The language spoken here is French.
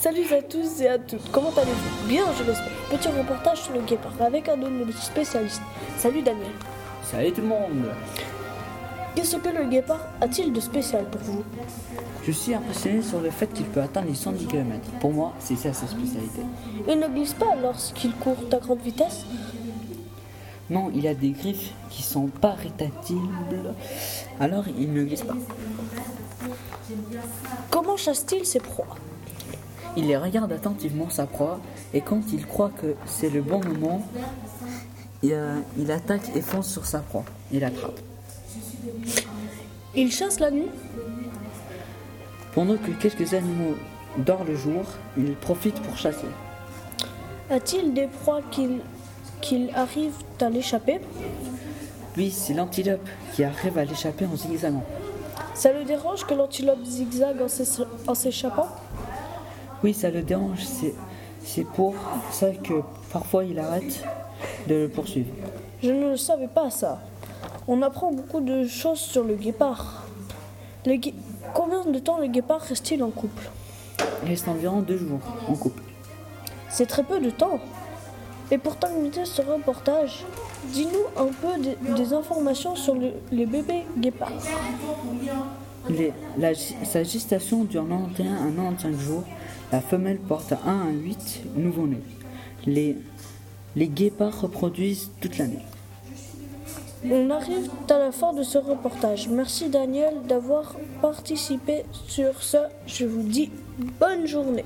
Salut à tous et à toutes, comment allez-vous Bien, je l'espère. Petit reportage sur le guépard avec un de nos spécialistes. Salut Daniel. Salut tout le monde Qu'est-ce que le guépard a-t-il de spécial pour vous Je suis impressionné sur le fait qu'il peut atteindre les 110 km. Pour moi, c'est ça sa spécialité. Il ne glisse pas lorsqu'il court à grande vitesse Non, il a des griffes qui sont pas rétactibles, alors il ne glisse pas. Comment chasse-t-il ses proies Il les regarde attentivement sa proie et quand il croit que c'est le bon moment, il, euh, il attaque et fonce sur sa proie. Il attrape. Il chasse la nuit Pendant que quelques animaux dorment le jour, il profite pour chasser. A-t-il des proies qu'il qu'il arrive à l'échapper Lui, c'est l'antilope qui arrive à l'échapper en zigzagant. Ça le dérange que l'antilope zigzague en s'écha- en s'échappant Oui, ça le dérange, c'est, c'est pour ça que parfois il arrête de le poursuivre. Je ne le savais pas ça. On apprend beaucoup de choses sur le guépard. Le gué- Combien de temps le guépard reste-t-il en couple Il reste environ deux jours en couple. C'est très peu de temps. Et pour terminer ce reportage, dis-nous un peu des- des informations sur le- les bébés guépards. Les- la gi- sa gestation dure 91 à 95 jours. La femelle porte 1 à 8 nouveau-nés. Les, les guépards reproduisent toute l'année. On arrive à la fin de ce reportage. Merci Daniel d'avoir participé sur ce. Je vous dis bonne journée.